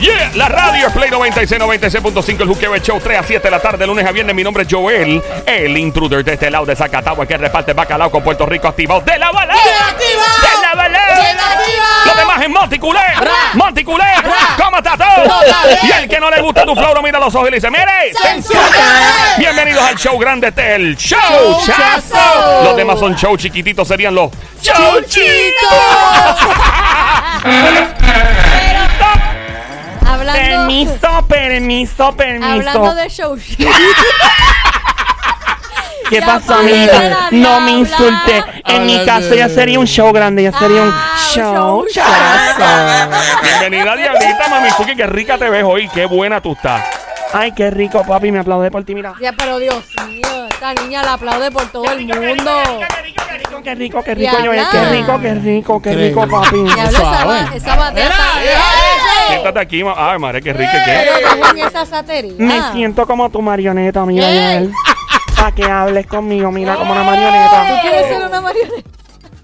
Yeah, la radio es Play 96, 96.5, el Juqueo el Show, 3 a 7 de la tarde, lunes a viernes. Mi nombre es Joel, el intruder de este lado de Zacatagua, que reparte bacalao con Puerto Rico activado. ¡De la balada! ¡Activa! ¡De la balada! ¡De la activa! Lo demás es Monticulé. Ra. Monticulé. Ra. ¿Cómo está todo? Total. Y el que no le gusta tu flow, lo mira a los ojos y le dice, ¡Mire! ¡Censura! Bienvenidos al show grande, este es el show. Showchazo. Los demás son show chiquititos, serían los ¡Chonchito! Hablando, permiso, permiso. hablando de show. ¿Qué Ya pasó, paré de amiga? hablar. No me insulte. En mi caso ya sería un show grande, ya sería un Ah, un show. show, show. Bienvenida, Diablita, mami Cookie. Qué rica te ves hoy. Qué buena tú estás. Ay, qué rico, papi, me aplaude por ti, mira. Ya, pero Dios mío, esta niña la aplaude por todo el mundo. Qué rico, qué rico, rico, eh, Ya Joel, qué qué habla. rico, rico, qué qué rico, qué rico, papi. Y habla esa, ba- esa bateta. ¡Ey! Siéntate aquí, ma- Ay, madre, qué rica. ¿qué? Pero como en esa satería. Me siento como tu marioneta, amiga Ey. Joel. Para que hables conmigo, mira, como una ¿Tú marioneta. quieres ser una marioneta?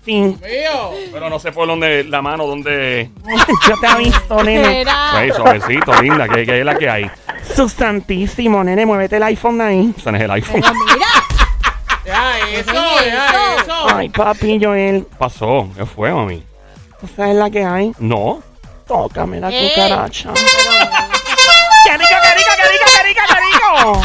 Sí. Pero no sé por dónde la mano, dónde. Yo te aviso, nene. Era. Ay, suavecito, linda, que, que es la que hay. Sustantísimo, nene, muévete el iPhone de ahí. Ese no es el iPhone. Pero mira, ¡Ya eso! deja Ay, papi, Joel, ¿Qué pasó? ¿Qué fue, mami? ¿tú sabes la que hay? No. Tócame la Ey. cucaracha. ¡Qué rico, qué rico, qué rico, qué rico, qué rico!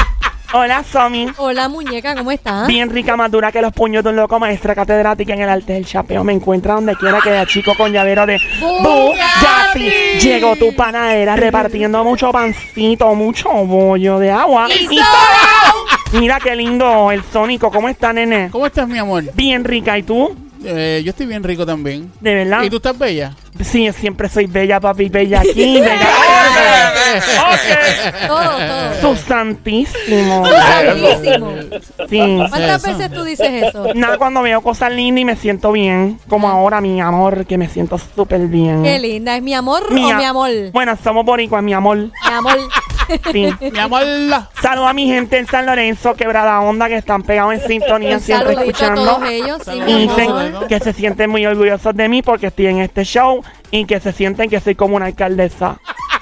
Hola, Somi. hola muñeca, ¿cómo estás? Bien rica, más dura que los puños de un loco maestra catedrática en el arte del chapeo. Me encuentra donde quiera que de chico con llavero de Bugatti. Bugatti. Llegó tu panadera repartiendo mucho pancito, mucho bollo de agua. Y Mira qué lindo el sónico. ¿Cómo está, nene? ¿Cómo estás, mi amor? Bien rica. ¿Y tú? Eh, yo estoy bien rico también. ¿De verdad? ¿Y tú estás bella? Sí, yo siempre soy bella, papi, bella aquí. bella. Ok. Todo, todo. Sustantísimo. Sabidísimo. Sí. ¿Cuántas Eso. veces tú dices eso? Nada, cuando veo cosas lindas y me siento bien. Como ahora, mi amor, que me siento súper bien. Qué linda, ¿es mi amor Mi o a- mi amor? Mi Bueno, somos boricuas, mi amor. amor. Sí. Mi amor, la- Saludo a mi gente en San Lorenzo, Quebrada Onda, que están pegados en sintonía, Un siempre saludito a todos escuchando. ellos, sí, mi Y dicen amor. que se sienten muy orgullosos de mí porque estoy en este show y que se sienten que soy como una alcaldesa.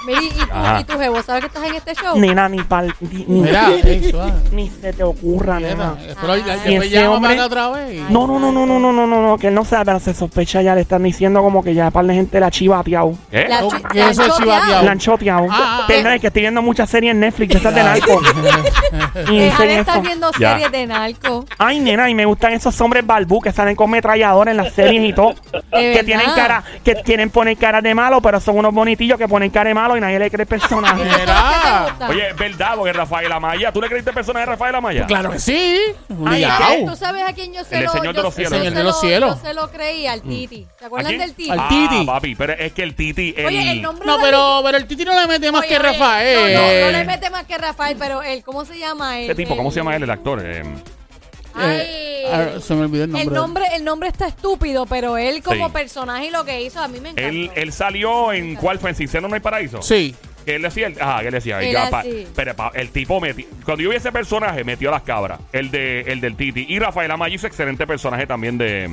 Miri, ¿y tú, Ajá. y tu jevo? ¿Sabes que estás en este show? Nena, ni, pal- ni, ni- Mira, eso. ah. ni se te ocurra, nena. Pero ya- Y después ese llama para hombre- acá otra vez. No, no, no, no, no, no, no, no, no, que él no sabe, pero se sospecha ya, le están diciendo como que ya par de gente la chiva piau. ¿Qué? La No, chi- que la eso es chotea. chivateado. La han choteado. Ah, ah, Perdón, ah. es que estoy viendo muchas series en Netflix, de esas de narco. y Deja dicen de estar eso. Eh, viendo Ya. series de narco. Ay, nena, y me gustan esos hombres balbú que salen con metralladora en las series y todo. verdad. Que tienen cara, que quieren poner cara de malo, pero son unos bonitillos que ponen cara de malo y nadie le cree el personaje. ¿Eso es lo que te gusta? Oye, es verdad, porque Rafael Amaya. ¿Tú le creíste personaje de Rafael Amaya? Claro que sí. Ay, ¿Tú Obligado. sabes a quién yo se El lo Señor de yo los se- Cielos. Mm. yo El Señor se de los lo- Cielos. Yo se lo creí al Titi. ¿Se ¿A acuerdan quién? del Titi? Al Titi. Ah, papi, pero es que el Titi. El... Oye, el nombre No, del- pero, pero el Titi no le mete más Oye, que eh. oye, Rafael. No, no, no le mete más que Rafael, pero él, ¿cómo se llama él? Ese tipo, ¿cómo se llama él, el actor? Eh, Ay. Eh, ah, se me olvidó el nombre. El nombre, el nombre está estúpido, pero él como Sí. personaje y lo que hizo a mí me encantó. él, él salió en ¿Cuál fue? ¿En Sincero no hay paraíso? Sí. Que él decía, el- ajá, que él decía, Él ya, pa- así. pero pa- el tipo metió, cuando yo vi ese personaje, metió las cabras, el de el del Titi. Y Rafael Amaya hizo excelente personaje también de,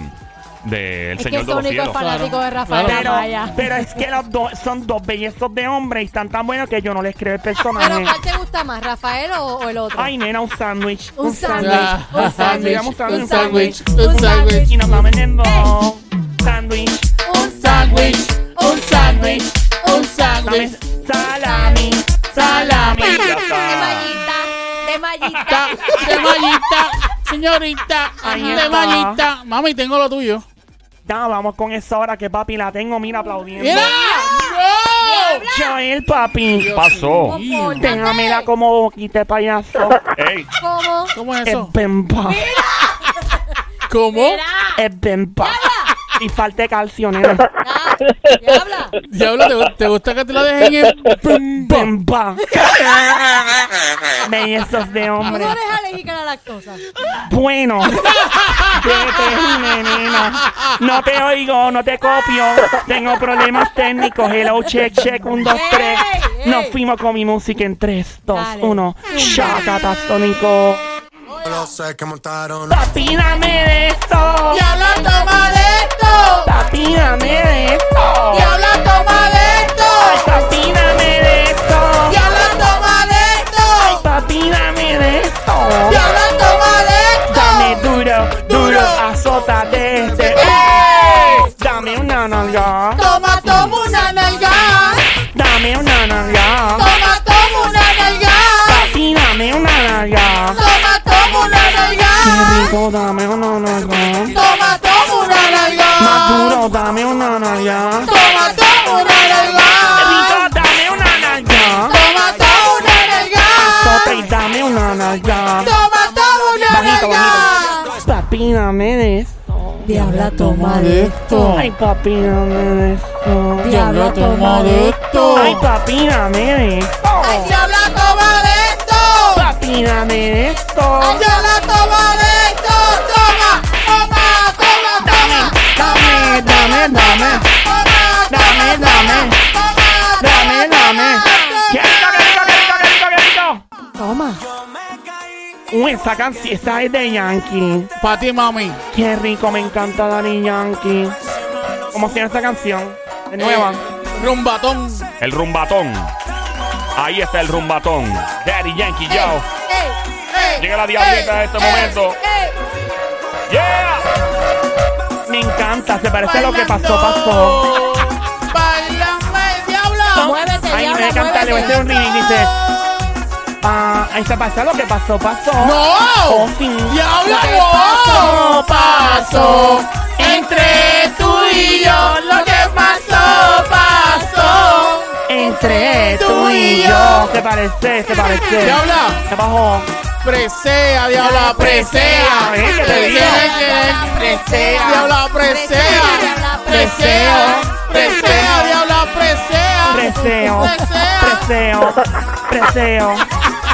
de es El que Señor de los Sónico es Cielos. fanático Claro. de Rafael Claro. Pero, Amaya. pero es que los dos son dos bellezos de hombres y están tan buenos que yo no les creo el Pero personaje. ¿cuál te gusta más, Rafael o, o el otro? Ay, nena, un sándwich. un sándwich, sándwich. un Ah, sándwich, un un sándwich, sándwich, un sándwich. Y nos vamos en dos. Sándwich. un sándwich, un sándwich, un Dame sándwich. salami. Salami. Ya De está. mallita, de mallita. Ta- De mallita, señorita, Ahí de está. mallita. Mami, tengo lo tuyo. Ya, vamos con esa hora que papi la tengo, mira, aplaudiendo. ¡Mira! ¡Wow! Joel, papi. Pasó. Dios. Déjamela como boquita, de payaso. Ey, ¿Cómo? ¿Cómo es Es eso? bemba. ¿Cómo? Es bemba. Y falta de calcio, nena. Ah, ¿Qué habla? Diablo, ¿te, gu- te gusta que te la dejen en pum, pum? Bemba. Bellezos de Tú hombre. no eres alérgica a la lactosa. Bueno. Vete, nena. No te oigo, no te copio. Tengo problemas técnicos. Hello, check, check. Un, dos, tres. Ey, ey. Nos fuimos con mi música en tres, dos, Dale. uno. Chacata, Sónico. No sé qué montaron. Papi, dame de eso. ¡Diabla, toma de esto! Papi, dame de eso. ¡Diabla, toma de esto! Papi, dame de este. una nalga. Toma, toma una nalga. Dame una nalga. Toma, toma una nalga. Papi, dame una nalga. Toma, toma una Qué nalga. rico, dame una nalga. Toma, toma una Más nalga. duro, dame una nalga. Toma, toma una Qué nalga. rico, dame una nalga. Toma, toma una nalga. Papi, dame una nalga. Toma, toma una Bajito, nalga. Papi, dame de eso. Diabla, toma de esto. Ay, papi, dame de eso. Diabla, toma de esto. Ay, papi, dame de esto. Ay, diabla, toma de esto. Papi, dame de esto. ¡Ay, ya la toma de esto! ¡Toma! ¡Toma! ¡Toma! ¡Toma! Dame, dame, dame. ¡Toma! Dame, dame. ¡Toma! Dame, dame. ¡Qué rico, qué rico, qué rico, qué rico, qué rico! Toma. Uy, esa canción, esa es de Yankee. Pa' ti, mami. Qué rico, me encanta Dani Yankee. ¿Cómo se llama esa canción? De nueva. eh, Eh. Rumbatón. El rumbatón. Ahí está el rumbatón. Daddy Yankee Yo. Llega la diablita en este momento. Yeah. Me encanta, se parece a lo que pasó, pasó. ¡Bailame, diablo! Muévete, Ay, me diabla, encanta, le voy a hacer un muévete. remix, dice. Ah, ahí se pasa lo que pasó, pasó. ¡No! Oh, sí. ¡Diabla, ¿Qué no! pasó, pasó? Entre tú y yo, lo que pasó, pasó. Entre tú y yo. Se parece, se parece. ¡Diabla! Se bajó. ¡Presea, diabla, presea! ¿Eh? ¿Qué te digo? ¡Presea! ¡Diabla, presea! ¡Presea! ¡Presea, diabla, presea! Preseo. Presea. Preseo. Preseo.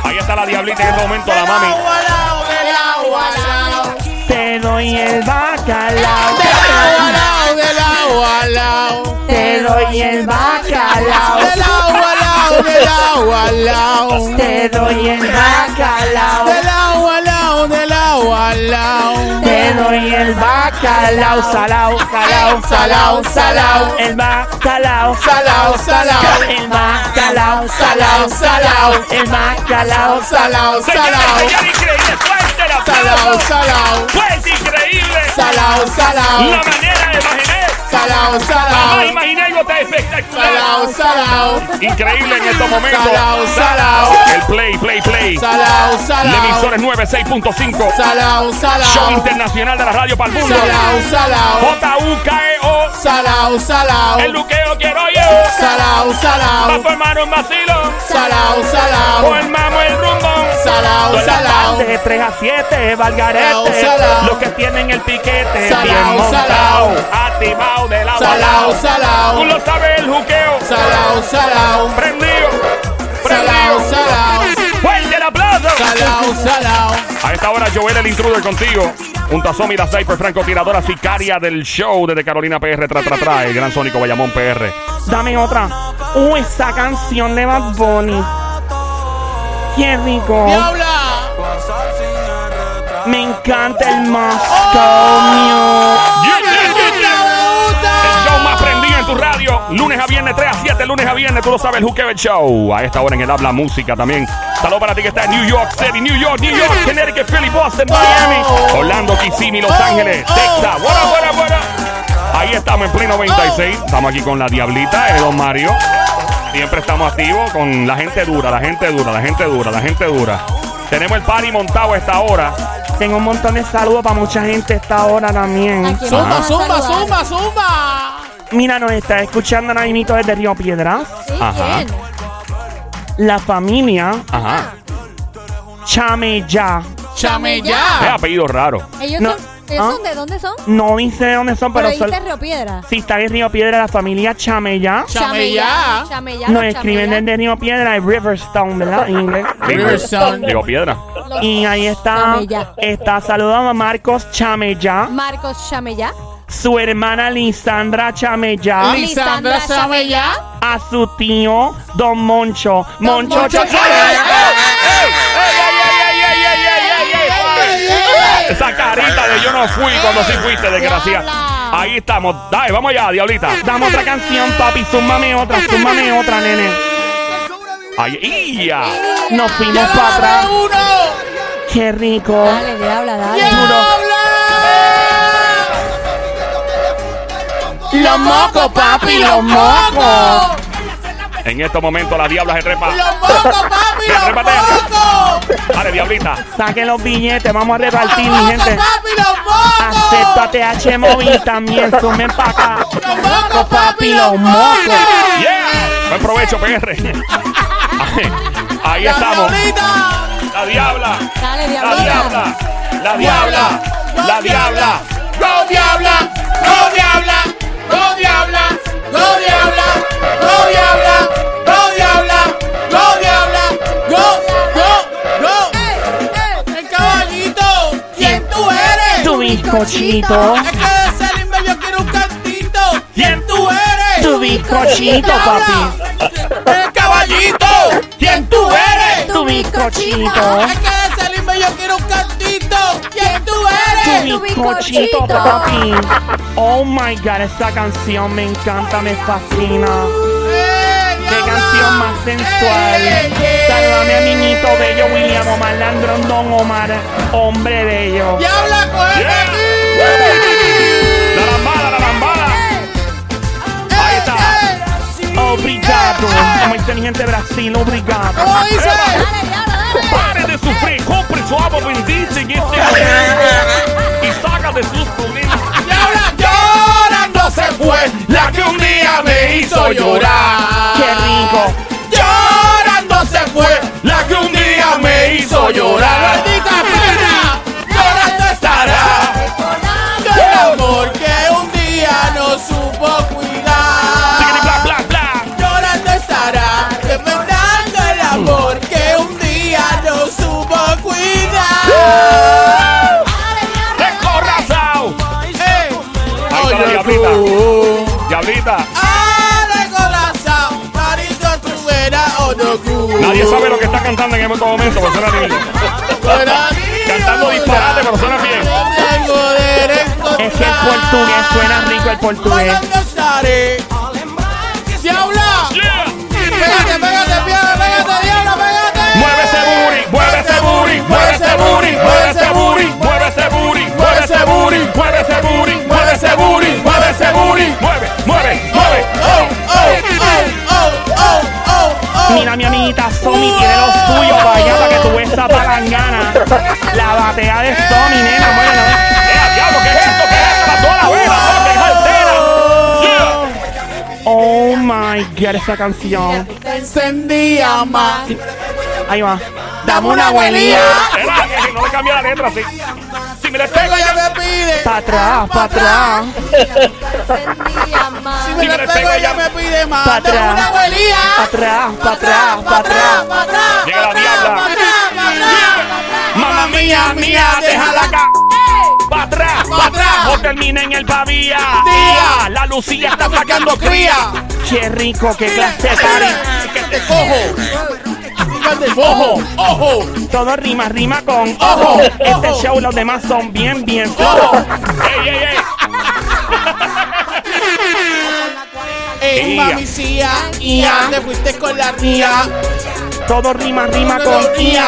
Ahí está la diablita en este momento, la mami. ¡Gualao, del agua, lao! Te doy el bacalao. ¡Del agua, lao, del agua, lao! Te doy el bacalao. ¡Del agua, lao, del agua, lao! Te doy el bacalao. ¡Del agua, lao, del agua, lao! Te doy el bacalao. Salao, salao, Salao, salao. El bacalao. Salao, salao. El bacalao. Salao, salao. El bacalao. Salao, salao. Señoras y señores, increíble. Fuerte el Salao, aplauso. salao. Fuerte, increíble. Salao, salao. La manera de imaginar. Salao, Jamás salao. imaginé algo tan espectacular. Salao, salao. Increíble en estos momentos. Salao, salao. El play, play, play. Salao, La salao. emisora es 96.5. Salao, Show salao. internacional de la radio para el mundo. Salao, salao. J-U-K-E-O. Salao, E El salao. luqueo quiero yo. Salao, Va a salao. formar un vacilo. Salao, salao. Formamos el rumbo. Salao, Toda la salao. tarde, 3 a 7, Valgarete. Salao, salao. Los que tienen el piquete. Salao, bien montao. salao. Activado de la Salao, Tú salao. lo sabes el juqueo. Salao, salao. Prendido. Salao, Prendido. salao. Fuerte el aplauso. Salao, salao. A esta hora, Joel el intruder contigo. Junto a Somi, la Cypher, francotiradora sicaria del show desde Carolina PR, tra, tra, tra, el gran Sónico Bayamón PR. Dame otra. Uh, esa canción de Bad Bunny. Qué rico. Diabla. Me encanta el Moscow Mule. Yeah, yeah, yeah, yeah. Me gusta. El show más prendido en tu radio. Lunes a viernes, 3 a 7. Lunes a viernes, tú lo sabes, el Juqueo el Show. A esta hora en el habla música también. Saludos para ti que está en New York City, New York, New York, Connecticut, Philly, Boston, Miami, Orlando, Kissimmee, Los Ángeles, Texas. Buena, buena, buena. Ahí estamos en pleno 96. Estamos aquí con la Diablita, el Don Mario. Siempre estamos activos con la gente dura, la gente dura, la gente dura, la gente dura. Tenemos el party montado a esta hora. Tengo un montón de saludos para mucha gente esta hora también. Aquí vamos Zumba, a zumba, saludar. zumba, zumba. Mira, nos está escuchando Naimito desde Río Piedras. Sí, Ajá. ¿quién? La familia Ajá. Chame Ya. Es Chamellá. apellido raro. Ellos No. son, ¿ellos ¿Ah? son de dónde son? No dice de dónde son, Pero pero ahí son, te Río Piedra. si están en Río Piedra, la familia Chame Ya. Chamellá. Chamellá. Nos los escriben Chamellá. desde Río Piedra, en Riverstone, ¿verdad? En inglés. Riverson. Digo piedra. Los- Y ahí está, Chamellá. está saludando a Marcos Chamellá, Marcos Chamellá. su hermana Lisandra Chamellá, Li- Lisandra Lisandra Chamellá. a su tío Don Moncho. Moncho, Moncho Cho- Chamellá. Esa carita de yo no fui cuando sí fuiste, desgraciada. Diabla. Ahí estamos. Dale, vamos allá, diablita. Dame otra canción, papi, súmame otra, súmame otra, nene. Ahí, ¡Iya! Nos fuimos para Diabla atrás. de uno. Qué rico. Dale, diabla, dale. Diabla. Los mocos, papi, los mocos. En estos momentos la diabla se trepa. Los mocos, papi, los Trépate. mocos. Dale, diablita. Saquen los billetes, vamos a Los repartir, mi mocos, gente. papi, los mocos. Acepto a TH Móvil también, sumen para acá. Los mocos, papi, los mocos. Yeah. Buen provecho, PR. Ahí La estamos. diablita. La diabla. Dale, La diablita. diabla. La diabla. La diabla. Go diabla, go diabla, go diabla, go diabla, go diabla, go diabla, go diabla, go, go, go. El caballito, ¿quién tú eres? Tu bizcochito, Es que de ser lindo yo quiero un cantito. ¿Quién tú eres? tu bizcochito, papi. El caballito, ¿quién tú eres? Tu bizcochito, Es que de ser lindo yo quiero un cantito. ¿Quién tú tu eres? Tu bizcochito, bizcochito. papi. Oh my god, esta canción me encanta, me fascina. ¡Eh, Qué diabla! canción más ¡Eh, sensual. eh! Sálvame a mi niñito bello, William Omar Landrón, Don Omar, hombre bello. ¡Diabla, cógete Yeah. aquí! La lambada, la lambada. Ahí está. Obrigado. este Eh, eh. Como inteligente Brasil, obrigado. ¿Cómo dice? Dale, diablo, dale. Pare de sufrir. Compre su agua bendita en este momento. Y saca de sus problemas. ¡Diabla, llorando se fue! La que un día me hizo llorar. Qué rico. Llorando se fue! La que un día me hizo llorar. ¡Maldita pena! Llorando estará. Del amor que un día no supo Tiquiti, cuidar. bla, bla, bla. llorando estará, rememorando el amor que un día no supo cuidar. Descorazao. Eh, Ahí está la oye, diablita. tú, Diablita. ah, desgolazao, marido tú eras o oh, no tú. Nadie sabe lo que está cantando en este momento, pero suena bien. Para mí, Cantando ahora, disparate, pero suena bien. tengo derecho a Es que el portugués suena rico el portugués. Bailando estaré. Diabla, Yeah. pégate, pégate, pégate, pégate, diabla, pégate. Mueve ese booty, mueve ese booty, mueve ese booty, mueve ese booty, mueve ese booty, mueve ese booty, mueve ese booty, mueve ese booty, mueve ese booty, mueve, mueve, mueve. oh, oh, oh, oh, oh, oh. Mira mi amiguita Somi tiene lo suyo para allá para que tú veas esa palangana. La batea de Somi, nena, bueno. ¡Eh, diablo, qué es esto! ¿Qué es esto? ¡Para toda la vida! ¡No, que es altera! Yeah. Oh my god, esa canción. Te encendía más. Ahí va. Dame una abuelía. Era que si no le cambia la letra, sí. Si me le Luego pego, ya me pide. Pa' atrás, pa' atrás. Sentía más. Si me la pego ya me pide más. Pa' Dame atrás. una abuelía. Pa' atrás, pa' atrás, pa' atrás. pa' atrás. Llega pa' la atrás, diabla. pa' atrás, pa' atrás. mamá mía, mía, déjala acá. Pa' atrás, pa' atrás, o termina en el pavía. Día. La Lucía está Sacando sacando cría. cría. Qué rico, qué clase de party. Mira, Que te cojo. Fíjate, ojo, ojo. Todo rima, rima con Ojo, ojo. Este ojo. show los demás son bien, bien flojos. Ojo. ¡Ey, ey, ey! Eh, Ia. mamicía. Ia. Te fuiste con la ría. Todo rima, rima con IA.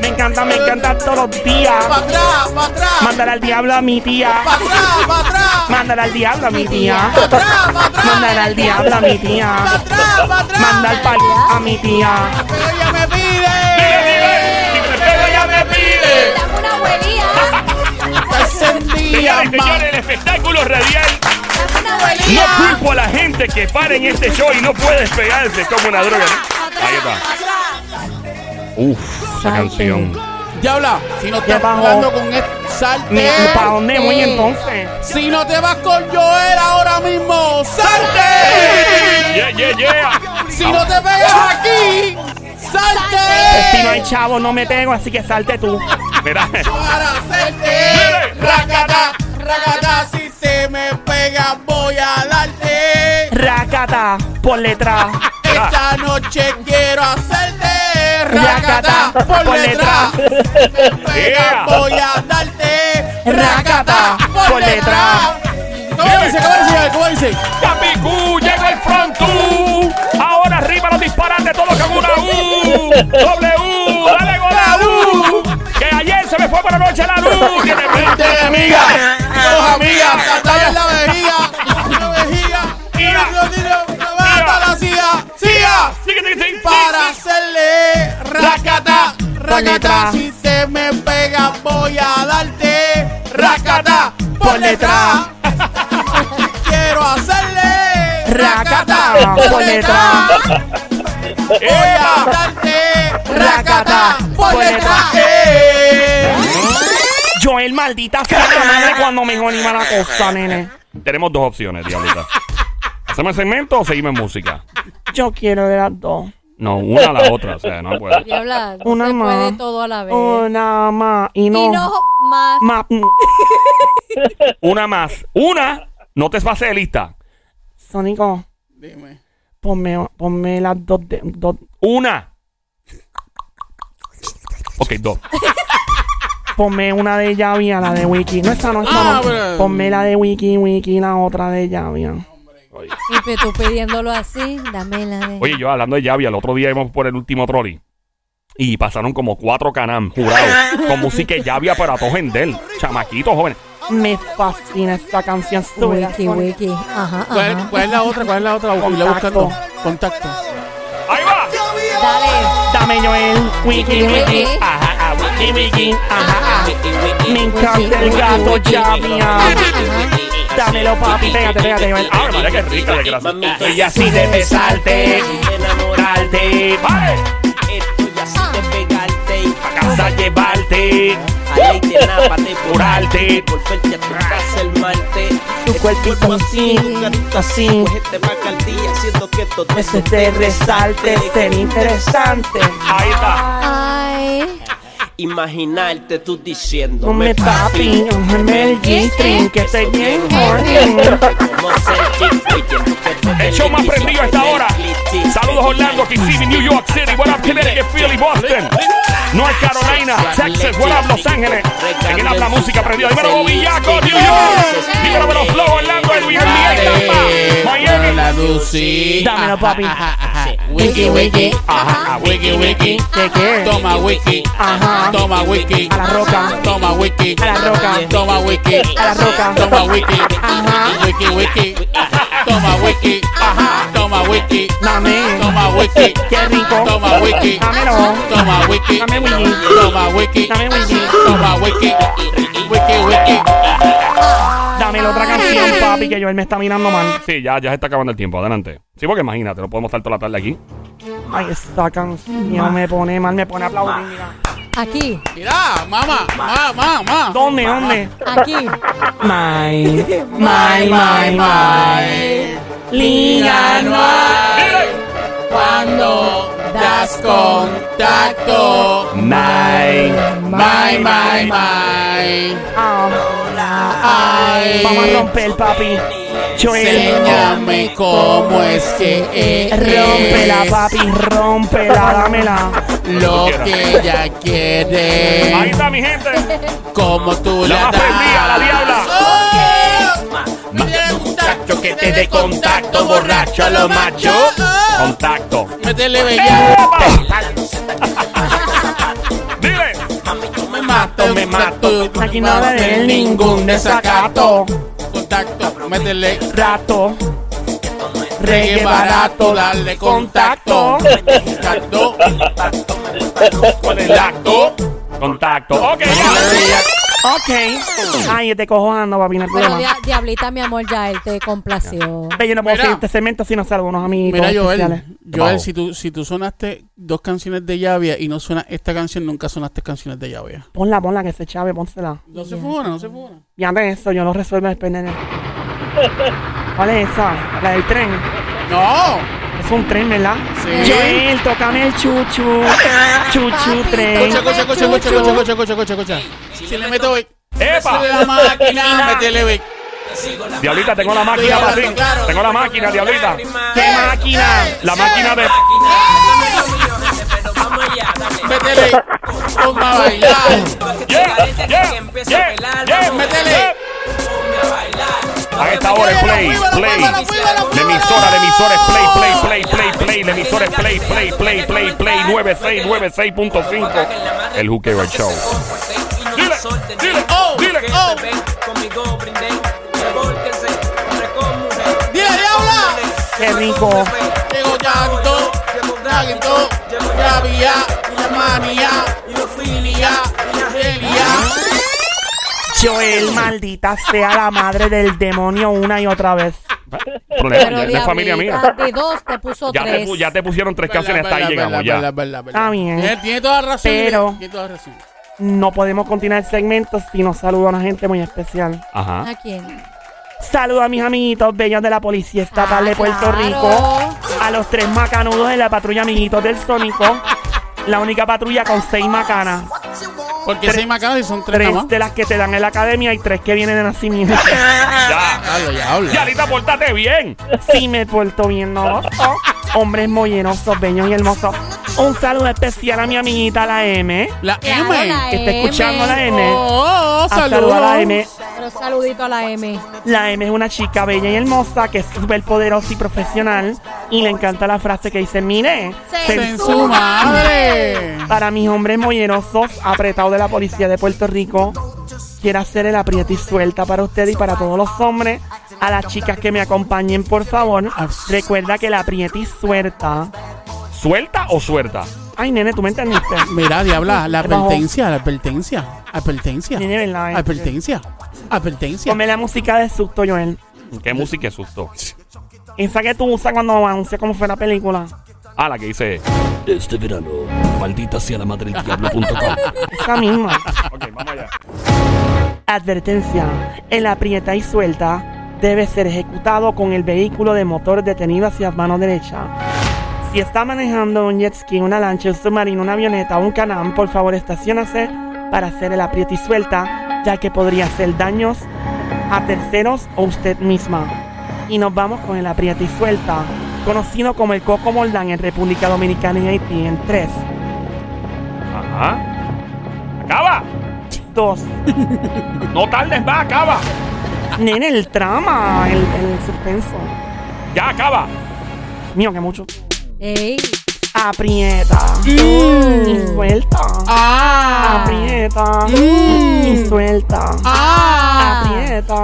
Me encanta, me encanta todos los días. Pa' atrás, pa' atrás. Mandar al diablo a mi tía. Pa' atrás, pa' atrás. Mandar al diablo a mi tía. Pa' atrás, pa' atrás. Mandar al diablo a mi Pa' tía. atrás, pa' atrás. Mandar pal a mi tía. Pero ella me ¡Dile, pide. dile! ¡Si me le pego, ella me pide! Dame una abuelía. Te sentía Señores, mal. señores, el espectáculo radial. Dame una No abuelía. culpo a la gente que para en este show y no puede despegarse como una droga. ¿no? Ahí está. Uf, esa canción. Diabla, si no estás bajo. jugando con este salte. ¿Para dónde voy entonces? Si no te vas con Joel ahora mismo, salte. Yeah, yeah, yeah. Si no te pegas aquí, Pues si no hay salte. chavo, no me pego, así que salte tú. Mira, Para hacerte. Racata, racata, si te me pegas voy a darte. Racata, por letra. Esta noche quiero hacerte racata Racata, por por detrás. Yeah. Pega, voy a darte racata por Por detrás. ¿Cómo dice? ¿Cómo dice? ¿Cómo dice? Capicú, llega el frontú. Ahora arriba los disparates, todos con una U. Doble U, dale con la U. Que ayer se me fue por la noche la luz. Que me- Dos amigas, la talla en la vejiga. Racata, si te me pegas voy a darte. Racata, por detrás. Quiero hacerle. Racata, por detrás. Voy a darte. Racata, por detrás. Eh. Joel, maldita sea la madre cuando me anima la cosa, nene. Tenemos dos opciones, diablita. ¿Hacemos el segmento o seguimos en música? Yo quiero de las dos. No, una a la otra, o sea, no puede. Diabla, no Una se más. puede todo a la vez. Una Oh, más. Y no. Y no más. más. mm. Una más. Una, no te pases de lista. Sónico, Dime. ponme, ponme las dos, de, dos- Una. Ok, dos. Ponme una de Yavi a la de Wiki. No, esta no, esta Ah, no. pero- Ponme la de Wiki, Wiki, la otra de Yavi. Y pe- tú pidiéndolo así, dame la de. Oye, yo hablando de Yavi, el otro día íbamos por el último trolley. Y pasaron como cuatro canam jurados con música de Yavi, pero a todo gender. Chamaquitos jóvenes. Me fascina esta canción. suya, Wiki, Sónico. wiki. Ajá, ¿Cuál, ajá. cuál es la otra? ¿Cuál es la otra? Voy buscando. Contacto. ¡Ahí va! Dale. Dame Joel, Wiki, Wiki, ajá, ah, Wiki, Wiki, ajá, ah. Me encanta el gato Yavi. Dámelo, papi, pégate, pégate, Joel. ¡Ay, madre, qué rica, desgracia! Y así de besarte, enamorarte, ¡Vale! A casa llevarte, curarte. tu cuerpito así, así. Ese te resalte, ser interesante. Ahí está. Ay. Imaginarte tú Come diciéndome papi, cógeme el G-string, que estoy bien horny. El show más prendido a esta hora. Saludos Orlando, Kissimmee, New York City, what up Connecticut, Philly, Boston, North Carolina, Texas, what up Los Ángeles. En el habla música prendida. Dímelo Bobillaco, New York. Dímelo Vero Flow, Orlando, Edwin, Miami, Tampa, Miami. la Lucy. Dámelo, papi. Wiki, wiki. Ajá, güey. Wiki, wiki. ¿Qué qué? Toma wiki. Ajá. Toma wiki. A la roca. Toma wiki. A la roca. Toma wiki. A la roca. Toma wiki. Wiki, wiki. Toma wiki. Toma wiki. Dame. Toma wiki. Qué rico. Toma wiki. Dámelo. Toma wiki. Dame wiki. Toma wiki. Dame wiki. Toma wiki. Wiki, wiki. Dame la otra canción, papi, que Joel me está mirando mal. Sí, ya, ya se está acabando el tiempo, adelante. Sí, porque imagínate, no podemos estar toda la tarde aquí. Ay, esta canción me pone mal, me pone a aplaudir. mira. Aquí, Mira, mamá. Mamá, mamá. ¿Dónde, dónde? aquí. My, my, my, my. Liga cuando das contacto. Night. My, my, my. Ay, Ah, Vamos a romper, papi. Joel, enséñame cómo es que eres Eh. rómpela, papi, rómpela, dámela. Lo que ella Ahí quiere, está mi gente. como tú La la, más prendida, la diabla. Muchacho que te dé contacto, borracho a lo macho. Eh, Contacto. Métele bella, Dile. me mato, me mato. Aquí no le den ningún ningún desacato. desacato. Contacto, métele Rato, Reggae barato, darle contacto. Contacto. Con el acto. Contacto. Ok, ya. Ok. Ay, yo te cojo ando, papi, no hay Pero problema. dia- diablita, mi amor, ya él te complació. Ve, yo no puedo Mira. seguir este segmento si no salgo unos amigos. Mira, Joel, especiales. Joel, Vamos. si tú, si tú sonaste dos canciones de Llavia y no suena esta canción, nunca sonaste canciones de Llavia. Ponla, ponla, que se chave, pónsela. No se fue una, no se fue una. Y antes de eso, yo lo resuelvo después, nene. ¿Cuál es esa? La del tren. No. Es un tren, ¿verdad? Sí. Joel, tócame el chuchu. Chuchu Papi, tren. Cocha, cocha, cocha, cocha, cocha, cocha, cocha, cocha, cocha. Si le meto hoy. ¡Epa! la máquina, métele hoy. Diablita, tengo la máquina para ti. Tengo la máquina, Diablita. ¡Qué máquina! La máquina de. Métele. Ponga a bailar. ¡Yeah! ¡Yeah! ¡Yeah! ¡Yeah! Métele. A esta hora es play, play. La emisora, la emisora es play, play, play, play, play. La emisora es play, play, play, play, play. 9696.5. El Juqueo el Show. Dile, dile, Oh, dile. oh. Dile, diabla. ¡Qué rico! Llegó llanto, llanto, llavia y la manía. Filia, Filia. Joel, maldita sea la madre del demonio una y otra vez. Problema, Pero ya es de familia diablita, mía. De dos te puso Ya te, tres. pu- ya te pusieron tres Verdad, canciones, hasta ahí verdad, llegamos verdad, ya. verdad, verdad, verdad. Está bien. Tiene, tiene toda razón. Pero- Tiene toda razón. No podemos continuar el segmento si no saludo a una gente muy especial. Ajá. ¿A quién? Saludo a mis amiguitos bellos de la Policía Estatal Ah, de Puerto claro. Rico. A los tres macanudos de la patrulla Amiguitos del Sónico. La única patrulla con seis macanas. Porque seis macanas y son tres nada Tres más. de las que te dan en la academia y tres que vienen de nacimiento. Ya. Habla, ya habla. Ya, Lita, portate bien. Sí me he puesto bien novoso. Hombres mollenosos, bellos y hermosos. Un saludo especial a mi amiguita la M. La Claro, la M. Que está M. escuchando la Oh, M. oh, oh, A saludos. saludar a la M. Pero saludito a la M. La M es una chica bella y hermosa que es súper poderosa y profesional. Y le encanta la frase que dice, mire, Se- En su madre. Para mis hombres mollerosos, apretados de la policía de Puerto Rico, quiero hacer el aprieto y suelta para usted y para todos los hombres. A las chicas que me acompañen, por favor, recuerda que el aprieto y suelta. ¿Suelta o suelta? Ay, nene, tú me entendiste. Mira, diabla, la Bajo. advertencia, la advertencia, advertencia, Nene, ¿verdad? eh? advertencia, advertencia. Ponme la música de susto, Joel. ¿Qué música es susto? Esa que tú usas cuando anuncias como fue la película. Ah, la que dice. Este verano, maldita sea la madre del diablo.com. Esa misma. Ok, vamos allá. Advertencia. El aprieta y suelta debe ser ejecutado con el vehículo de motor detenido hacia mano derecha. Si está manejando un jet ski, una lancha, un submarino, una avioneta o un canam, por favor estacionase para hacer el aprieta y suelta, ya que podría hacer daños a terceros o usted misma. Y nos vamos con el aprieta y suelta, conocido como el Coco Moldán en República Dominicana y Haití en 3, Ajá. Acaba. 2, No tardes más, acaba. Nene, el trama, el, el suspenso. Ya acaba. Mío, que mucho. Ey. Aprieta. Y suelta. Ah, Aprieta. Y suelta. ah, Aprieta.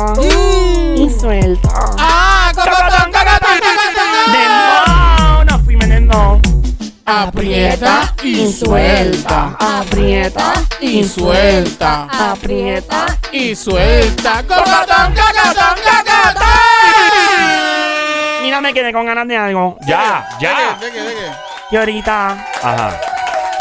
Y suelta. ah, cocotón, cocotón, ¡Dembow! cocotón. No fui menendo. Aprieta y suelta, Aprieta y suelta, Aprieta. y suelta, cocotón, cocotón, cocotón. Mira, me quedé con ganas de algo. Ya, ya. ¿De qué, de qué, de Y ahorita Ajá.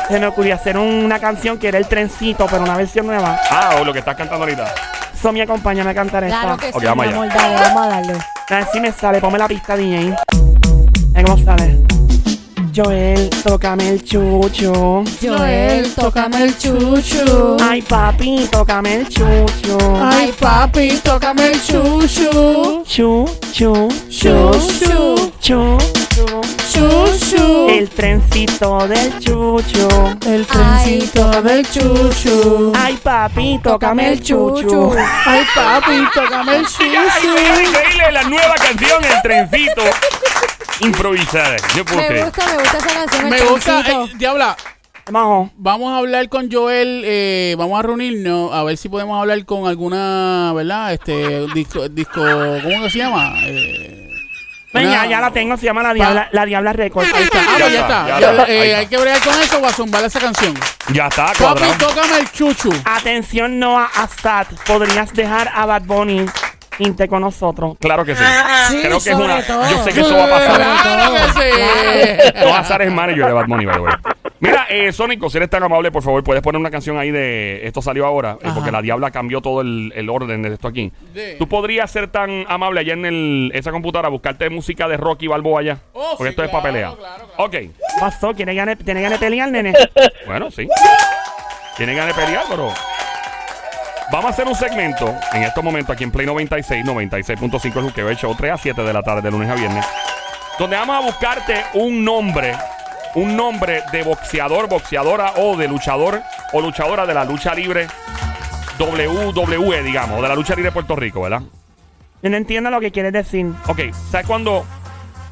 se me ocurrió hacer una canción que era el trencito, pero una versión nueva. Ah, o lo que estás cantando ahorita. Somi, acompáñame a cantar esta. Claro que Ok, sí, vamos mi allá. amor, dale, vamos a darle. A ver si me sale, ponme la pista, DJ. A ver cómo sale. Joel, tócame el chucho. Joel, tócame el chuchu. Ay, papi, tócame el chucho. qué? Ay, papi, tócame el chuchu. Chu, chu, Chuchu, chu. chuchu. El trencito del chucho. El trencito del chuchu. Ay, papi, tócame el chucho. Ay, papi, tócame el Es chuchu. increíble la nueva canción, El Trencito. Improvisada. Yo puedo Me creer. gusta, me gusta esa canción. el Me gusta, trencito. eh, Diabla, Majo, vamos a hablar con Joel, eh, vamos a reunirnos, a ver si podemos hablar con alguna, ¿verdad? Este, disco, disco ¿cómo que se llama? Eh, ven, una- ya, ya la tengo, se llama La Diabla, la Diabla Record. Ahí está, ah, Ya pues ya está, está. ya Ya, está, eh, ahí está. hay que bregar con eso para zumbar esa canción. Ya está, Papi, cuadrado. tócame el chuchu. Atención, Noah Assad, podrías dejar a Bad Bunny irte con nosotros. Claro que sí. Sí, Creo que es sobre una. todo. Yo sé que eso va a pasar. Claro que sí. No, Azar es manager de Bad Bunny, by the way. Mira, eh, Sónico, si eres tan amable, por favor, puedes poner una canción ahí de. Esto salió ahora, eh, porque la Diabla cambió todo el, el orden de esto aquí. De- Tú podrías ser tan amable allá en el- esa computadora, buscarte música de Rocky Balboa allá. Oh, porque sí, esto es claro, para pelea. claro, Ok. Pasó, ¿tiene ganas tiene ganas de pelear, nene? Bueno, sí. Tienen ganas de pelear, pero. Vamos a hacer un segmento en estos momentos aquí en Play 96, 96.5 el Juqueo, el show 3 a 7 de la tarde, de lunes a viernes, donde vamos a buscarte un nombre, un nombre de boxeador, boxeadora o de luchador o luchadora de la lucha libre WWE, digamos, o de la lucha libre de Puerto Rico, ¿verdad? Yo no entiendo lo que quieres decir. Ok, ¿sabes cuando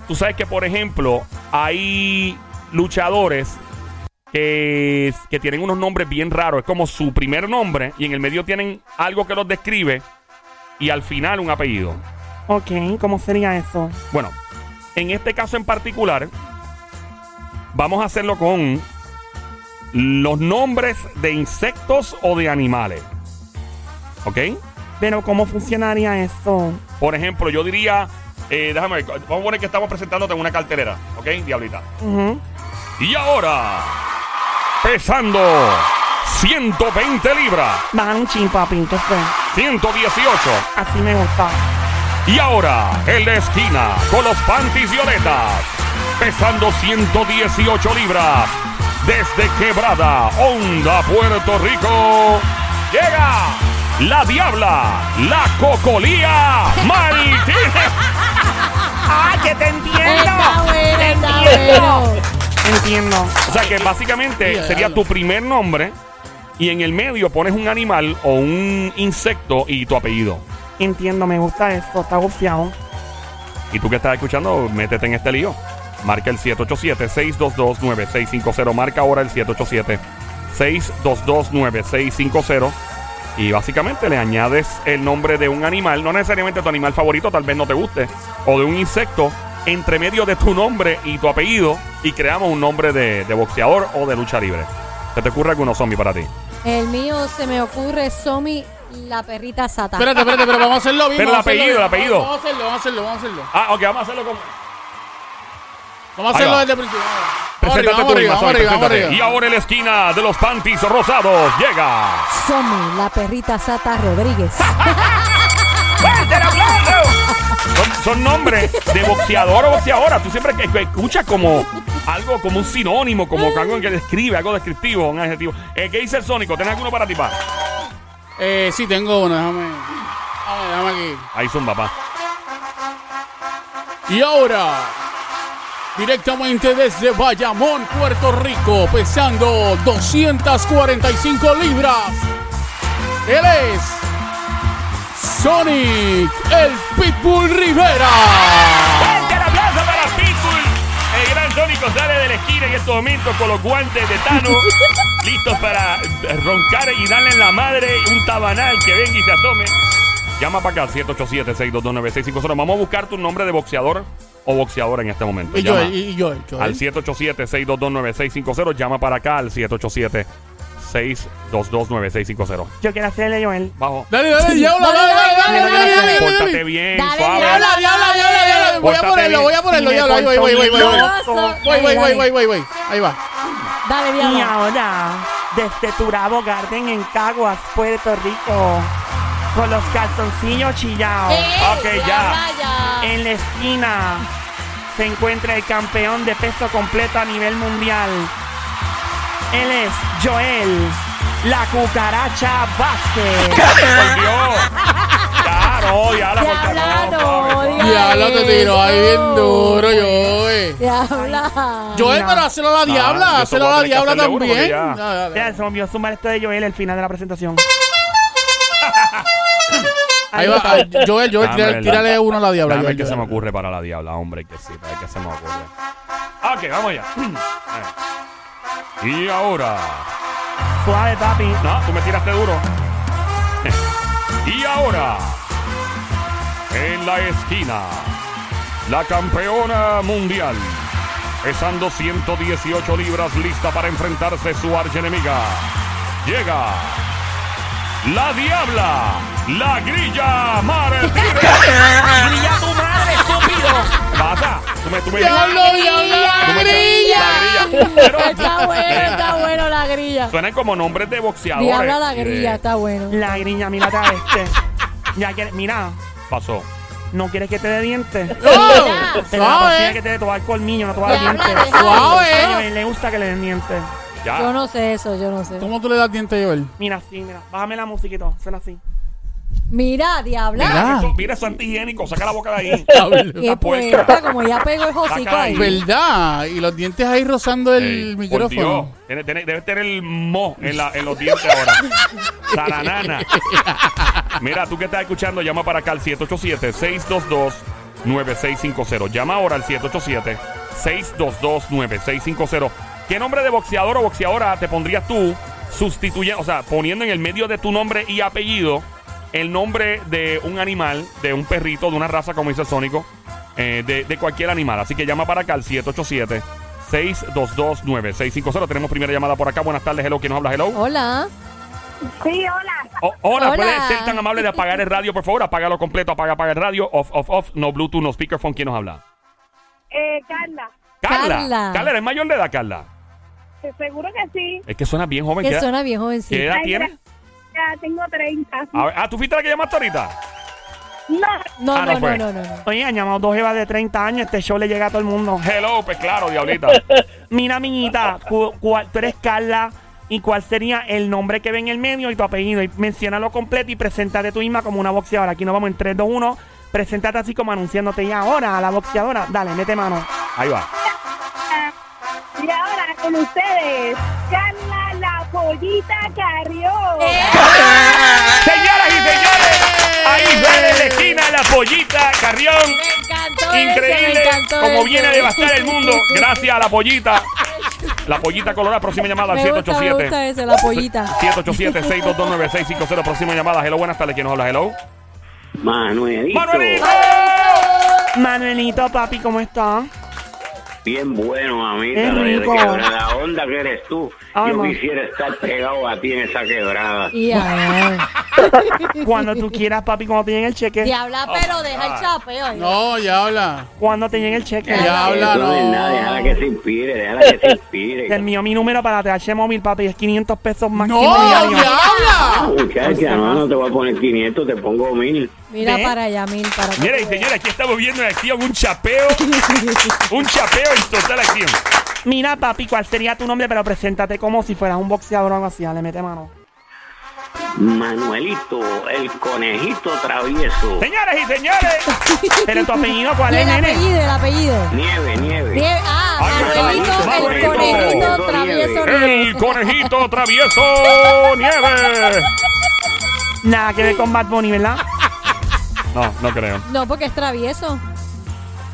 tú sabes que, por ejemplo, hay luchadores que, que tienen unos nombres bien raros? Es como su primer nombre y en el medio tienen algo que los describe y al final un apellido. Ok, ¿cómo sería eso? Bueno, en este caso en particular, vamos a hacerlo con los nombres de insectos o de animales. ¿Ok? Pero ¿cómo funcionaría esto? Por ejemplo, yo diría, eh, déjame ver, vamos a poner que estamos presentándote en una cartelera, ¿ok? Diablita. Ujú. Y ahora, pesando 120 libras, Bajar un chin, papi, ¿qué fue? 118. Así me gusta. Y ahora, en la esquina, con los panties violetas, pesando 118 libras, desde Quebrada, Onda, Puerto Rico, llega la Diabla, la Cocolía Martínez. ¡Ay, Ah, que te entiendo! Está bueno, ¡Te está entiendo! bueno. Entiendo. O sea que básicamente sería tu primer nombre y en el medio pones un animal o un insecto y tu apellido. Entiendo, me gusta esto, está gufiado. Y tú que estás escuchando, métete en este lío. Marca el 787-622-9650. Marca ahora el 787-622-9650. Y básicamente le añades el nombre de un animal, no necesariamente tu animal favorito, tal vez no te guste, o de un insecto, entre medio de tu nombre y tu apellido, y creamos un nombre de, de boxeador o de lucha libre. ¿Se te ocurre alguno zombie para ti? El mío se me ocurre Somi la perrita sata. Espérate, espérate, pero vamos a hacerlo bien. Pero el vamos a hacerlo apellido, bien. el apellido. Vamos a hacerlo, vamos a hacerlo, vamos a hacerlo. Ah, ok, vamos a hacerlo con. Vamos a Ahí hacerlo va. desde el principio. Vamos arriba, Preséntate vamos tú, arriba, Irma, vamos Zoe, arriba, vamos preséntate. Y arriba. ahora en la esquina de los panties rosados llega. Somi la perrita sata Rodríguez. Son, son nombres de boxeador o boxeadora. Tú siempre que, que escuchas como algo, como un sinónimo, como algo que describe, algo descriptivo, un adjetivo. Eh, ¿Qué dice el Sónico? ¿Tenés alguno para ti, pa? Eh, sí, tengo uno, déjame. A ver, déjame aquí. Ahí son, papá. Y ahora, directamente desde Bayamón, Puerto Rico, pesando 245 libras, él es Sonic el Pitbull Rivera. ¡Fuerte el aplauso para Pitbull! El gran Sónico sale de la esquina en estos momentos con los guantes de Tano, listos para eh, roncar y darle en la madre un tabanal que venga y se asome. Llama para acá, 787-622-9650. Vamos a buscar tu nombre de boxeador o boxeadora en este momento. Y Llama. Joel, y Joel, Joel. al 787-622-9650. Llama para acá al 787-622-9650. Yo quiero hacerle Joel. Bajo. Dale, dale, diabla, dale, dale, dale, dale, dale, dale, Pórtate dale. bien, Dale, suave. dale. Diabla, diabla, diabla, diabla. Voy a Pórtate ponerlo, bien. voy a ponerlo, Y me diabla. Ahí voy, porto voy, voy, voy, voy. bien. Voy, voy, voy, voy, dale, voy, voy. Ahí va. dale, Y diabla. ahora, desde Turabo Garden en Caguas, Puerto Rico, con los calzoncillos chillados, Ok, ya. Eh, ya. en la esquina se encuentra el campeón de peso completo a nivel mundial. Él es Joel, la cucaracha Vázquez. Por Dios. Ya, no, ya la Diabla, corta- no, no, no. Ay, Diabla te tiró ahí bien eso. duro, Joel. eh. Diabla. Joel, no. pero hazlo a la Ah, yo diabla, solo hazlo voy a a la tener que diabla hacerle uno, porque también. ya- No, dale. Ya, se me olvidó sumar esto este de Joel al final de la presentación. Ahí va, ah, Joel, Joel, Dame, tírale, la- tírale uno a la diabla. Dame Joel, que se me Joel. ocurre para la diabla, hombre, que sí, para que se me ocurre. Ah, Ok, vamos allá. Eh. y ahora. Suave, papi. No, tú me tiraste duro. y ahora, en la esquina, la campeona mundial, pesando 118 libras, lista para enfrentarse su archenemiga, llega la diabla, la grilla Martínez. ¡Grilla tu madre, estúpido! ¡Pasa! ¡Tú me, tú me ¡Diablo, diabla! me- grilla. La grilla. Pero- Está bueno, está bueno la grilla. Suenan como nombres de boxeadores. Diabla la Y de- grilla, está bueno. La griña, mira a este. Ya que, mira, Pasó. ¿no quieres que te dé dientes? ¡Oh! Pero la próxima que ¡Suave! te dé, te va a dar colmillo, no te va a dar Ya, dientes. habla, deja. A ¡Suave! Joel le gusta que le den dientes. Ya. Yo no sé eso, yo no sé. ¿Cómo tú le das diente, Joel? Mira, sí, mira. Bájame la musiquito. Suena así. Mira, diabla. Mira. Eso- mira, eso es antihigiénico. Saca la boca de ahí. Qué puerca. puerta, como ya pegó el hocico Saca ahí. ahí. ¿Verdad? Y los dientes ahí rozando el Ey, por micrófono. Dios. Tiene- tiene- debe tener el mo en, la- en los dientes ahora. Taranana. Mira, tú que estás escuchando, llama para acá al 787-622-9650. Llama ahora al 787-622-9650. ¿Qué nombre de boxeador o boxeadora te pondrías tú sustituyendo, o sea, poniendo en el medio de tu nombre y apellido el nombre de un animal, de un perrito, de una raza, como dice el Sónico, eh, de, de cualquier animal? Así que llama para acá al 787. 6229650. Tenemos primera llamada por acá. Buenas tardes, hello. ¿Quién nos habla? Hello. Hola. Sí, hola. O- Oh, hola, Hola. ¿puede ser tan amable de apagar el radio, por favor? Apágalo completo, apaga, apaga el radio. Off, off, off. No Bluetooth, no speakerphone. ¿Quién nos habla? Eh, Carla, Carla. Carla, Carla. ¿eres mayor de edad, Carla? te seguro que sí. Es que suena bien joven. ¿Qué Que edad- suena bien ¿Qué jovencito. edad Ay, tiene? Ya tengo 30. A ver, ah, ¿tú fuiste la que llamaste ahorita? No, Ah, No, no no, fue. no, no, no, no. Oye, han llamado dos jevas de 30 años. Este show le llega a todo el mundo. Hello, pues claro, diablita. Mira, miñita, cu- cuál- tú eres Carla. ¿Y cuál sería el nombre que ve en el medio y tu apellido? Y menciónalo completo y preséntate tú misma como una boxeadora. Aquí nos vamos en 3, 2, 1. Preséntate así como anunciándote ya ahora a la boxeadora. Dale, mete mano. Ahí va. y ahora con ustedes, Carla la pollita Carrió. Eh, Señoras y señores, ahí sale de la esquina la pollita Carrión. Me encantó ese, Increíble me encantó como ese. viene a devastar el mundo. Gracias a la pollita. La pollita colorada, próxima llamada al Me gusta, me 787. gusta ese, la pollita. 787-622-9650, próxima llamada. Hello, buenas tardes. ¿Quién nos habla? Hello. Manuelito. ¡Manuelito! Manuelito, papi, ¿cómo estás? Bien bueno, Es mamita. la de rico. quebrada onda que eres tú. Ay, Yo ma. quisiera estar pegado a ti en esa quebrada. Y a ver. Cuando tú quieras, papi, cuando te llegue el cheque. Oh Diabla, pero deja el chapeo. ¿eh? No, ya habla. Cuando te llegue el cheque. Ya habla, Eso no es no. nada, déjala que se inspire, déjala que se Te inspire. envío mi número para TH Móvil, papi. Es 500 pesos máximo No, ya diario. habla. Ah, Muchacha, no, no te voy a poner 500, te pongo 1000. Mira ¿Ve? para allá, mil para acá. ¿Eh? Mira, y señores, aquí estamos viendo en acción un chapeo. Un chapeo en total acción. Mira, papi, ¿cuál sería tu nombre? Pero preséntate como si fueras un boxeador o algo así. Dale, mete mano. Manuelito, el conejito travieso. Señoras y señores, Pero tu apellido, ¿cuál Y es, el nene? apellido, el apellido. Nieve, nieve. Bien, Ah, Ahí está, Manuelito, el Manuelito. conejito travieso. el conejito travieso nieve. Nada que ver con Bad Bunny, ¿verdad? No, no creo. No, porque es travieso.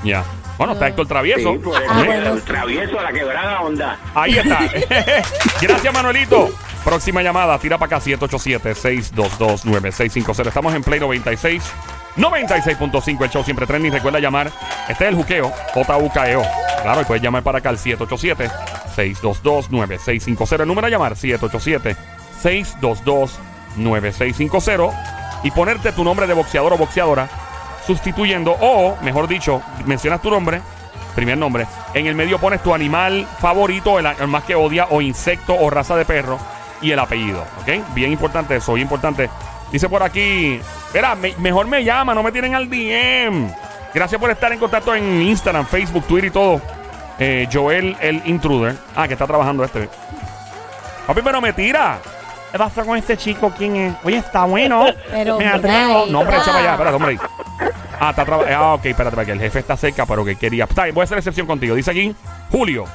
Ya. Bueno, está Héctor Travieso. Sí, por eso, Ah, el bueno, sí. travieso a la quebrada onda. Ahí está. Gracias, Manuelito. Próxima llamada, tira para acá 787-622-9650. Estamos en Play 96. 96.5 el show siempre trending. Recuerda llamar. Este es el juqueo, J-U-K-E-O. E Claro, y puedes llamar para acá al 787-622-9650. El número a llamar 787-622-9650. Y ponerte tu nombre de boxeador o boxeadora, sustituyendo, o mejor dicho, mencionas tu nombre primer nombre. En el medio pones tu animal favorito, el, el más que odia, o insecto o raza de perro, y el apellido. ¿Ok? Bien importante eso, bien importante. Dice por aquí, mira, me- mejor me llama, no me tienen al DM. Gracias por estar en contacto en Instagram, Facebook, Twitter y todo. Eh, Joel, el intruder. Ah, que está trabajando este. Papi, pero me tira. ¿Qué pasó con este chico? ¿Quién es? Oye, está bueno. Pero Me mira, atrevo. ahí No, hombre, está. echa para allá, espérate, hombre. Ah, está trabajando. Ah, ok, espérate, porque el jefe está cerca, pero que quería. Está bien, voy a hacer excepción contigo. Dice aquí, Julio.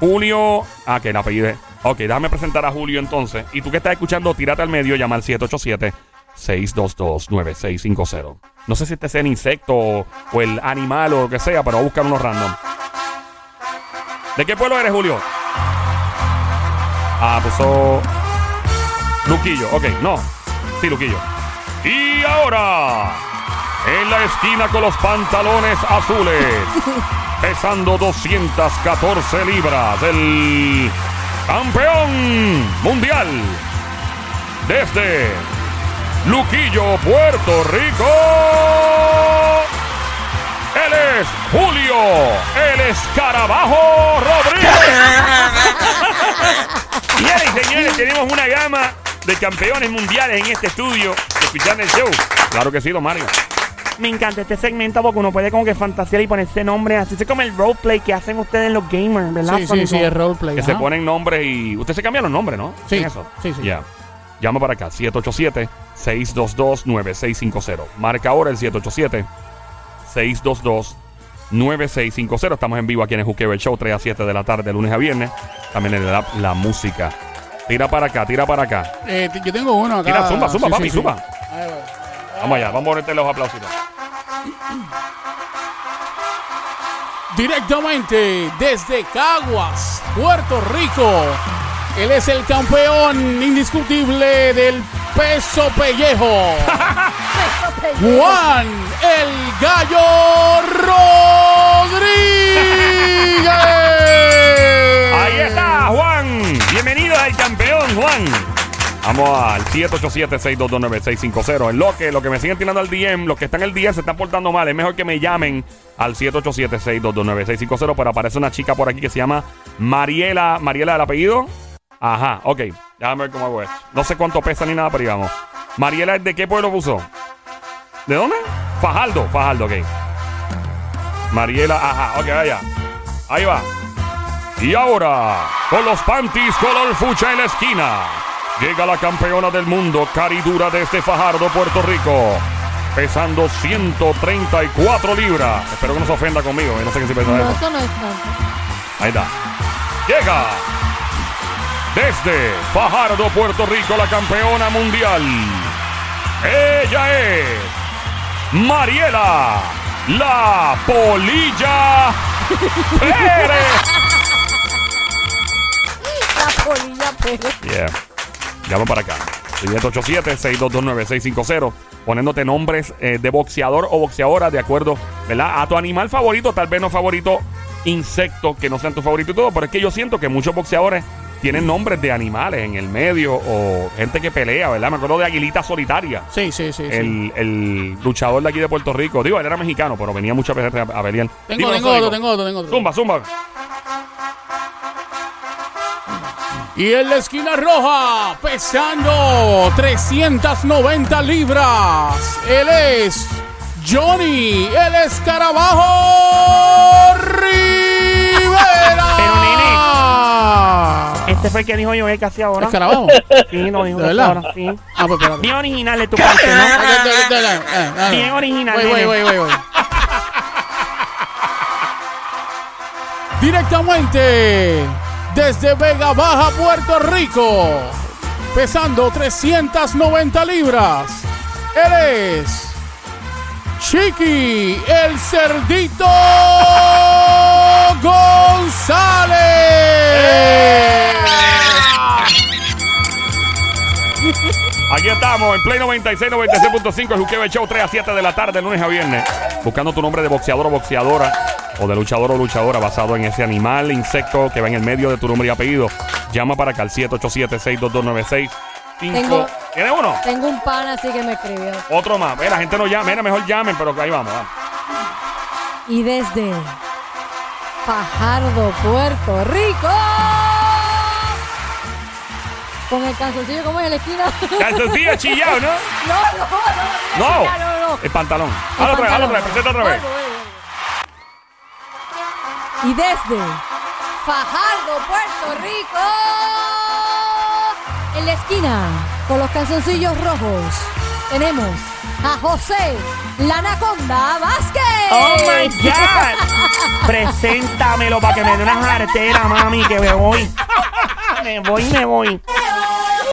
Julio. Ah, que el apellido es. Ok, déjame presentar a Julio entonces. Y tú que estás escuchando, tírate al medio, llama al 787-622-9650. No sé si este sea el insecto o, o el animal o lo que sea, pero voy a buscar unos random. ¿De qué pueblo eres, Julio? Ah, puso. Luquillo, ok, no. Sí, Luquillo. Y ahora, en la esquina con los pantalones azules, pesando 214 libras, el campeón mundial desde Luquillo, Puerto Rico. Él es Julio, el escarabajo Rodríguez. Señoras y señores, tenemos una gama de campeones mundiales en este estudio. Escuchando el show. Claro que sí, don Mario. Me encanta este segmento porque uno puede como que fantasear y ponerse nombre. Así es como el roleplay que hacen ustedes los gamers, ¿verdad? Sí, sí, Sónico? sí, es roleplay. Que se ajá. ponen nombres y. Usted se cambia los nombres, ¿no? Sí, ¿Es eso? sí, sí. Ya. Llama para acá, 787-622-9650. Marca ahora el 787-622-9650. Estamos en vivo aquí en el Juqueo, el show, 3 a 7 de la tarde, de lunes a viernes. También en el app La Música. Tira para acá, tira para acá. Eh, t- yo tengo uno acá. Tira, zumba, zumba, Sí, papi, sí, sí. zumba. Ahí va. Vamos allá, vamos a ponerte los aplausitos. Directamente desde Caguas, Puerto Rico. Él es el campeón indiscutible del peso pellejo. Juan el Gallo Rodríguez. Vamos al 787-622-9650. En lo que, lo que me siguen tirando al DM, los que están en el DM se están portando mal. Es mejor que me llamen al 787-622-9650. Pero aparece una chica por aquí que se llama Mariela. Mariela, el apellido. Ajá, ok. Déjame ver cómo hago esto. No sé cuánto pesa ni nada, pero ahí vamos. Mariela, ¿de qué pueblo puso? ¿De dónde? Fajardo, Fajardo, ok. Mariela, ajá, ok, vaya. Ahí va. Y ahora, con los panties color fucha en la esquina, llega la campeona del mundo, Caridura desde Fajardo, Puerto Rico, pesando 134 libras. Espero que no se ofenda conmigo, yo no sé qué se pesa No, eso. eso no es tanto. Ahí está. Llega desde Fajardo, Puerto Rico, la campeona mundial. Ella es Mariela, la polilla Pérez. La polilla Pérez. Yeah. Llama para acá. 787-622-9650. Poniéndote nombres eh, de boxeador o boxeadora de acuerdo, ¿verdad? A tu animal favorito, tal vez no favorito, insecto, que no sean tu favorito y todo. Pero es que yo siento que muchos boxeadores tienen nombres de animales en el medio o gente que pelea, ¿verdad? Me acuerdo de Aguilita Solitaria. Sí, sí, sí. sí. El, el luchador de aquí de Puerto Rico. Digo, él era mexicano, pero venía muchas veces a, a pelear. Tengo, Dímelo, tengo Sónico. otro, tengo otro, tengo otro. Zumba, zumba. Y en la esquina roja, pesando 390 libras, él es Johnny, el escarabajo Rivera. Pero, Este fue el que dijo yo que hacía ahora. ¿Escarabajo? Sí, no dijo ¿De que hacía verdad? ahora, sí. Ah, pues espérate. Bien original de tu parte, Ah, ¿no? Ah, Bien Bien original, Wait, nene. wait, wait, wait, wait. Directamente desde Vega Baja, Puerto Rico, pesando 390 libras, eres Chiqui el Cerdito Eh. González. Aquí estamos en Play 96, 96.5, el Juqueo Show 3 a 7 de la tarde, lunes a viernes. Buscando tu nombre de boxeador o boxeadora, o de luchador o luchadora, basado en ese animal, insecto que va en el medio de tu nombre y apellido. Llama para acá al 787-622-96. Tengo- ¿Tiene uno? Tengo un pan así que me escribió. Otro más. Mira, la gente no llama. Mira, mejor llamen, pero ahí vamos. vamos. Y desde Fajardo, Puerto Rico. Con el canzoncillo como en la esquina. Calzoncillo chillado, No, ¿no? no, no. No. No, no, no. El pantalón. Hazlo otra vez, hazlo otra vez, presenta otra vez. Vuelvo, vuelvo, vuelvo. Y desde Fajardo, Puerto Rico, en la esquina, con los calzoncillos rojos, tenemos a José Lanaconda Vázquez. ¡Oh, my God! Preséntamelo para que me dé una jartera, mami, que me voy. Me voy, me voy.